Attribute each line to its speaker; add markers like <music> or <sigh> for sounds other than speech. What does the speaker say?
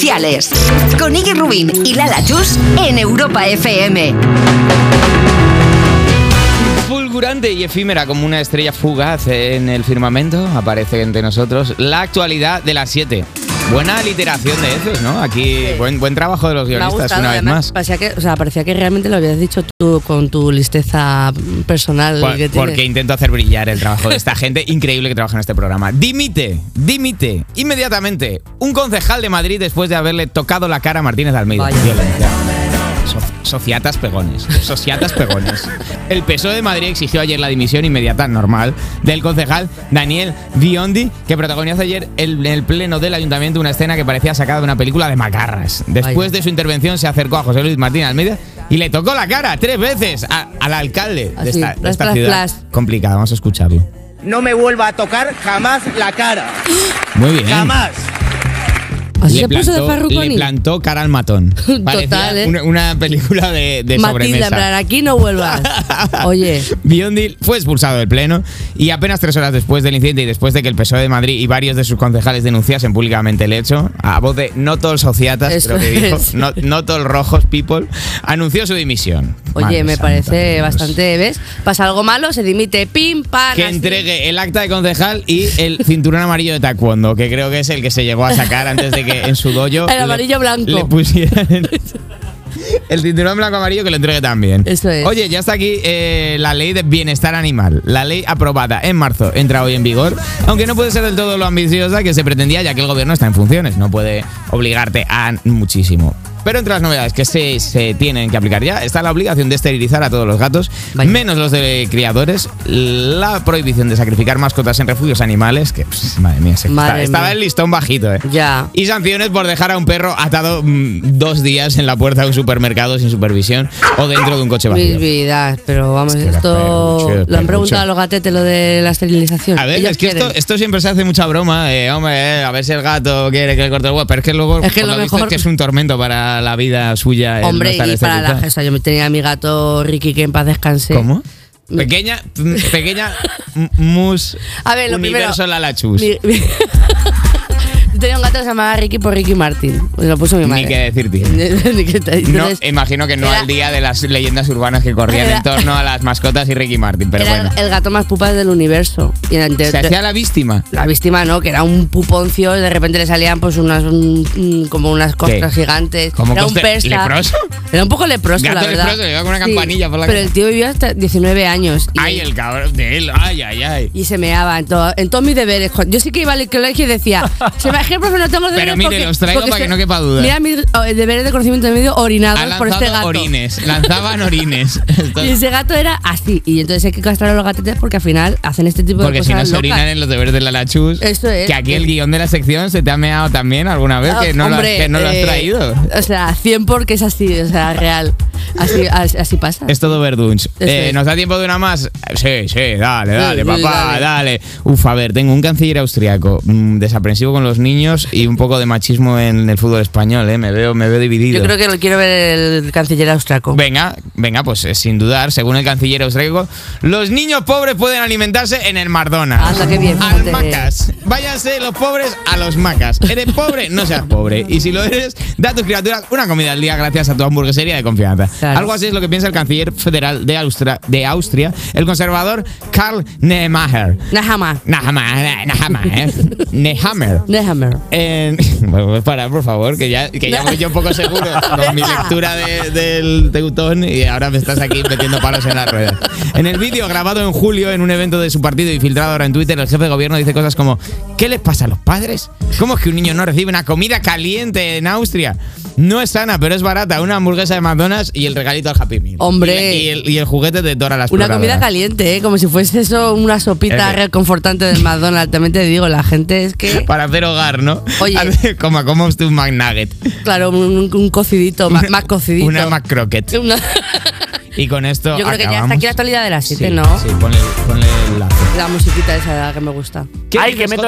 Speaker 1: especiales con Iggy Rubín y Lala Chus en Europa FM.
Speaker 2: Fulgurante y efímera como una estrella fugaz en el firmamento aparece entre nosotros la actualidad de las 7. Buena literación de esos, ¿no? Aquí buen, buen trabajo de los
Speaker 3: Me ha
Speaker 2: guionistas
Speaker 3: gustado,
Speaker 2: una vez
Speaker 3: además,
Speaker 2: más.
Speaker 3: Parecía que, o sea, parecía que realmente lo habías dicho tú con tu listeza personal.
Speaker 2: Por-
Speaker 3: que tienes.
Speaker 2: porque intento hacer brillar el trabajo de esta gente increíble que trabaja en este programa. Dimite, dimite, inmediatamente. Un concejal de Madrid después de haberle tocado la cara a Martínez Almeida.
Speaker 3: Vaya.
Speaker 2: Violencia. So- Sociatas pegones, sociatas pegones. El PSOE E de Madrid exigió ayer la dimisión inmediata, normal, del concejal Daniel Biondi, que protagonizó ayer el- en el pleno del ayuntamiento una escena que parecía sacada de una película de macarras. Después
Speaker 3: Vaya.
Speaker 2: de su intervención se acercó a José Luis Martínez Almeida y le tocó la cara tres veces a- al alcalde de
Speaker 3: Así,
Speaker 2: esta, de
Speaker 3: plas,
Speaker 2: esta
Speaker 3: Ah, plas,
Speaker 2: ciudad.
Speaker 3: plas.
Speaker 2: Complicada, vamos a escucharlo.
Speaker 4: no me vuelva a tocar jamás la cara.
Speaker 2: Muy bien.
Speaker 4: Jamás.
Speaker 3: Así
Speaker 2: Le
Speaker 3: se puso de
Speaker 2: plantó, le
Speaker 3: Farruconi.
Speaker 2: plantó cara al matón. Parecía
Speaker 3: <laughs> Total, ¿eh?
Speaker 2: una, una película de, de
Speaker 3: Matilda, en plan,
Speaker 2: sobremesa. <laughs>
Speaker 3: aquí no vuelvas. Oye,
Speaker 2: Biondi fue expulsado del Pleno y apenas tres horas después del incidente y después de que el PSOE E de Madrid y varios de sus concejales denunciasen públicamente el hecho, a voz de no todos sociatas,
Speaker 3: Eso
Speaker 2: creo que dijo,
Speaker 3: es.
Speaker 2: no, no todos rojos people, anunció su dimisión.
Speaker 3: oye,
Speaker 2: Madre
Speaker 3: me
Speaker 2: santa,
Speaker 3: parece
Speaker 2: Dios.
Speaker 3: bastante, ¿ves? Pasa algo malo, se dimite, pim, pam.
Speaker 2: Que
Speaker 3: así.
Speaker 2: entregue el acta de concejal y el cinturón amarillo de taekwondo, que creo que es el que se llegó a sacar antes de que en su dojo.
Speaker 3: El amarillo blanco.
Speaker 2: Le pusieran el,
Speaker 3: <laughs>
Speaker 2: el cinturón blanco amarillo que lo entregue también.
Speaker 3: Eso es.
Speaker 2: Oye, ya está aquí eh, la ley de bienestar animal. La ley aprobada en marzo entra hoy en vigor, aunque no puede ser del todo lo ambiciosa que se pretendía, ya que el gobierno está en funciones. No puede obligarte a muchísimo. Pero entre las novedades que se, se tienen que aplicar ya está la obligación de esterilizar a todos los gatos,
Speaker 3: Vaya.
Speaker 2: menos los de criadores, la prohibición de sacrificar mascotas en refugios animales, que pss, madre mía, se
Speaker 3: Madre
Speaker 2: estaba
Speaker 3: mía.
Speaker 2: el listón bajito, ¿eh?
Speaker 3: Ya.
Speaker 2: Y sanciones por dejar a un perro atado mm, dos días en la puerta de un supermercado sin supervisión o dentro de un coche
Speaker 3: Mis
Speaker 2: vacío.
Speaker 3: vidas, pero vamos,
Speaker 2: Es que era
Speaker 3: esto.
Speaker 2: perrucho,
Speaker 3: lo han
Speaker 2: perrucho.
Speaker 3: preguntado a los gatetes lo de la esterilización.
Speaker 2: A ver,
Speaker 3: Ellos
Speaker 2: es que esto,
Speaker 3: quieren.
Speaker 2: esto siempre se hace mucha broma. eh, hombre, eh, a ver si el gato quiere que le corte el huevo. Pero es que luego
Speaker 3: Es que
Speaker 2: por
Speaker 3: lo
Speaker 2: visto,
Speaker 3: mejor-
Speaker 2: es, que es un tormento para la vida suya. el no
Speaker 3: Hombre,
Speaker 2: estar este
Speaker 3: y para la
Speaker 2: esterilizado.
Speaker 3: gesta, yo tenía a mi gato Ricky que en paz descanse.
Speaker 2: ¿Cómo? Pequeña, m- pequeña m- mus
Speaker 3: Mm. A ver, lo
Speaker 2: universo
Speaker 3: primero,
Speaker 2: Lalachus.
Speaker 3: Mi- <laughs> mi- Yo tenía un gato que se llamaba Ricky por Ricky Martin. Lo puso mi
Speaker 2: Ni
Speaker 3: madre.
Speaker 2: que decirte.
Speaker 3: <laughs> Ni que te-
Speaker 2: No,
Speaker 3: entonces,
Speaker 2: imagino que no
Speaker 3: era-
Speaker 2: al día de las leyendas urbanas que corrían
Speaker 3: Era-
Speaker 2: en torno a las mascotas y Ricky Martin, pero
Speaker 3: era
Speaker 2: bueno.
Speaker 3: el gato más pupa del universo. Y en-
Speaker 2: Se
Speaker 3: de-
Speaker 2: hacía la víctima.
Speaker 3: la víctima, ¿no? Que era un puponcio y de repente le salían pues unas un- un- como unas costras
Speaker 2: ¿Qué?
Speaker 3: gigantes.
Speaker 2: ¿Cómo
Speaker 3: era
Speaker 2: costra-
Speaker 3: un persa.
Speaker 2: leproso?
Speaker 3: Era un poco leproso,
Speaker 2: Gato
Speaker 3: la verdad.
Speaker 2: leproso, llevaba con una campanilla por la
Speaker 3: Pero
Speaker 2: cara.
Speaker 3: el tío vivió hasta 19 años. Y,
Speaker 2: Ay, el cabrón de él. Ay, ay, ay.
Speaker 3: y se meaba en, todo- en todos mis deberes. Jo- Yo sí que iba al colegio y decía, se me ejemplo, pero no tengo deberes.
Speaker 2: Pero mire,
Speaker 3: porque-
Speaker 2: los traigo
Speaker 3: porque
Speaker 2: para que
Speaker 3: se-
Speaker 2: no quepa duda.
Speaker 3: Mira mis oh, deberes de conocimiento de medio
Speaker 2: Ha
Speaker 3: orinados
Speaker 2: lanzado
Speaker 3: por este gato.
Speaker 2: orines. Lanzaban orines.
Speaker 3: <laughs> Y pues,
Speaker 2: Entonces,
Speaker 3: ese gato era así. Y entonces hay que castrar a los gatetes porque al final hacen este tipo de
Speaker 2: porque
Speaker 3: cosas.
Speaker 2: si no se
Speaker 3: locas.
Speaker 2: orinan en los deberes de la Lachus.
Speaker 3: Eso es.
Speaker 2: Que aquí el guión de la sección se te ha meado también alguna vez, que no, lo,
Speaker 3: Hombre,
Speaker 2: has, que no lo has
Speaker 3: eh,
Speaker 2: traído.
Speaker 3: O sea, 100 porque es así, o sea, real. Así, as- así pasa.
Speaker 2: Es todo verdunch. Eh,
Speaker 3: es.
Speaker 2: ¿Nos da tiempo de una más? Sí, sí, dale,
Speaker 3: Sí,
Speaker 2: dale,
Speaker 3: sí,
Speaker 2: papá,
Speaker 3: dale.
Speaker 2: dale. Uf, a ver, tengo un canciller austriaco, mm, desaprensivo con los niños y un poco de machismo en el fútbol español, ¿eh? Me veo, me veo dividido.
Speaker 3: Yo creo que lo quiero ver el canciller austraco.
Speaker 2: Venga, venga, pues eh, sin dudar, según el canciller austriaco, los niños pobres pueden alimentarse en el Mardona.
Speaker 3: Anda, qué bien,
Speaker 2: Al
Speaker 3: fíjate.
Speaker 2: Macas. Váyanse los pobres a los Macas. ¿Eres pobre? No seas pobre. Y si lo eres, da a tus criaturas una comida al día gracias a tu hamburguesería de confianza.
Speaker 3: Claro.
Speaker 2: Algo así es lo que piensa el canciller federal de, Austra- de Austria, el conservador Karl Nehammer.
Speaker 3: Nada más.
Speaker 2: Nehammer, Nehammer, ¿eh? Nehammer.
Speaker 3: Déjame.
Speaker 2: En- <laughs> Bueno, para, por favor, que ya, que ya voy yo un poco
Speaker 3: <laughs>
Speaker 2: seguro con mi lectura de- del Teutón y ahora me estás aquí metiendo palos en la rueda. En el vídeo grabado en julio en un evento de su partido y filtrado ahora en Twitter, el jefe de gobierno dice cosas como: ¿Qué les pasa a los padres? ¿Cómo es que un niño no recibe una comida caliente en Austria? No es sana, pero es barata. Una hamburguesa de McDonald's y el regalito al Happy Meal.
Speaker 3: Hombre.
Speaker 2: Y, el, y el juguete de Dora la
Speaker 3: Una
Speaker 2: Exploradora.
Speaker 3: comida caliente, ¿eh? como si fuese eso una sopita
Speaker 2: Efe.
Speaker 3: reconfortante del McDonald's. También te digo, la gente es que.
Speaker 2: Para hacer hogar, ¿no? <laughs>
Speaker 3: Oye.
Speaker 2: Hace- Como como usted un McNugget.
Speaker 3: Claro, un, un cocidito, ma-
Speaker 2: Una-
Speaker 3: más cocidito.
Speaker 2: Una McCroquet.
Speaker 3: Una-
Speaker 2: Y con esto.
Speaker 3: Yo creo que ya está aquí la actualidad de las
Speaker 2: Sí,
Speaker 3: 7, ¿no?
Speaker 2: Sí, ponle, ponle el lazo.
Speaker 3: La musiquita esa que me gusta.
Speaker 2: ¿Qué
Speaker 5: Ay,
Speaker 2: dices,
Speaker 5: que meto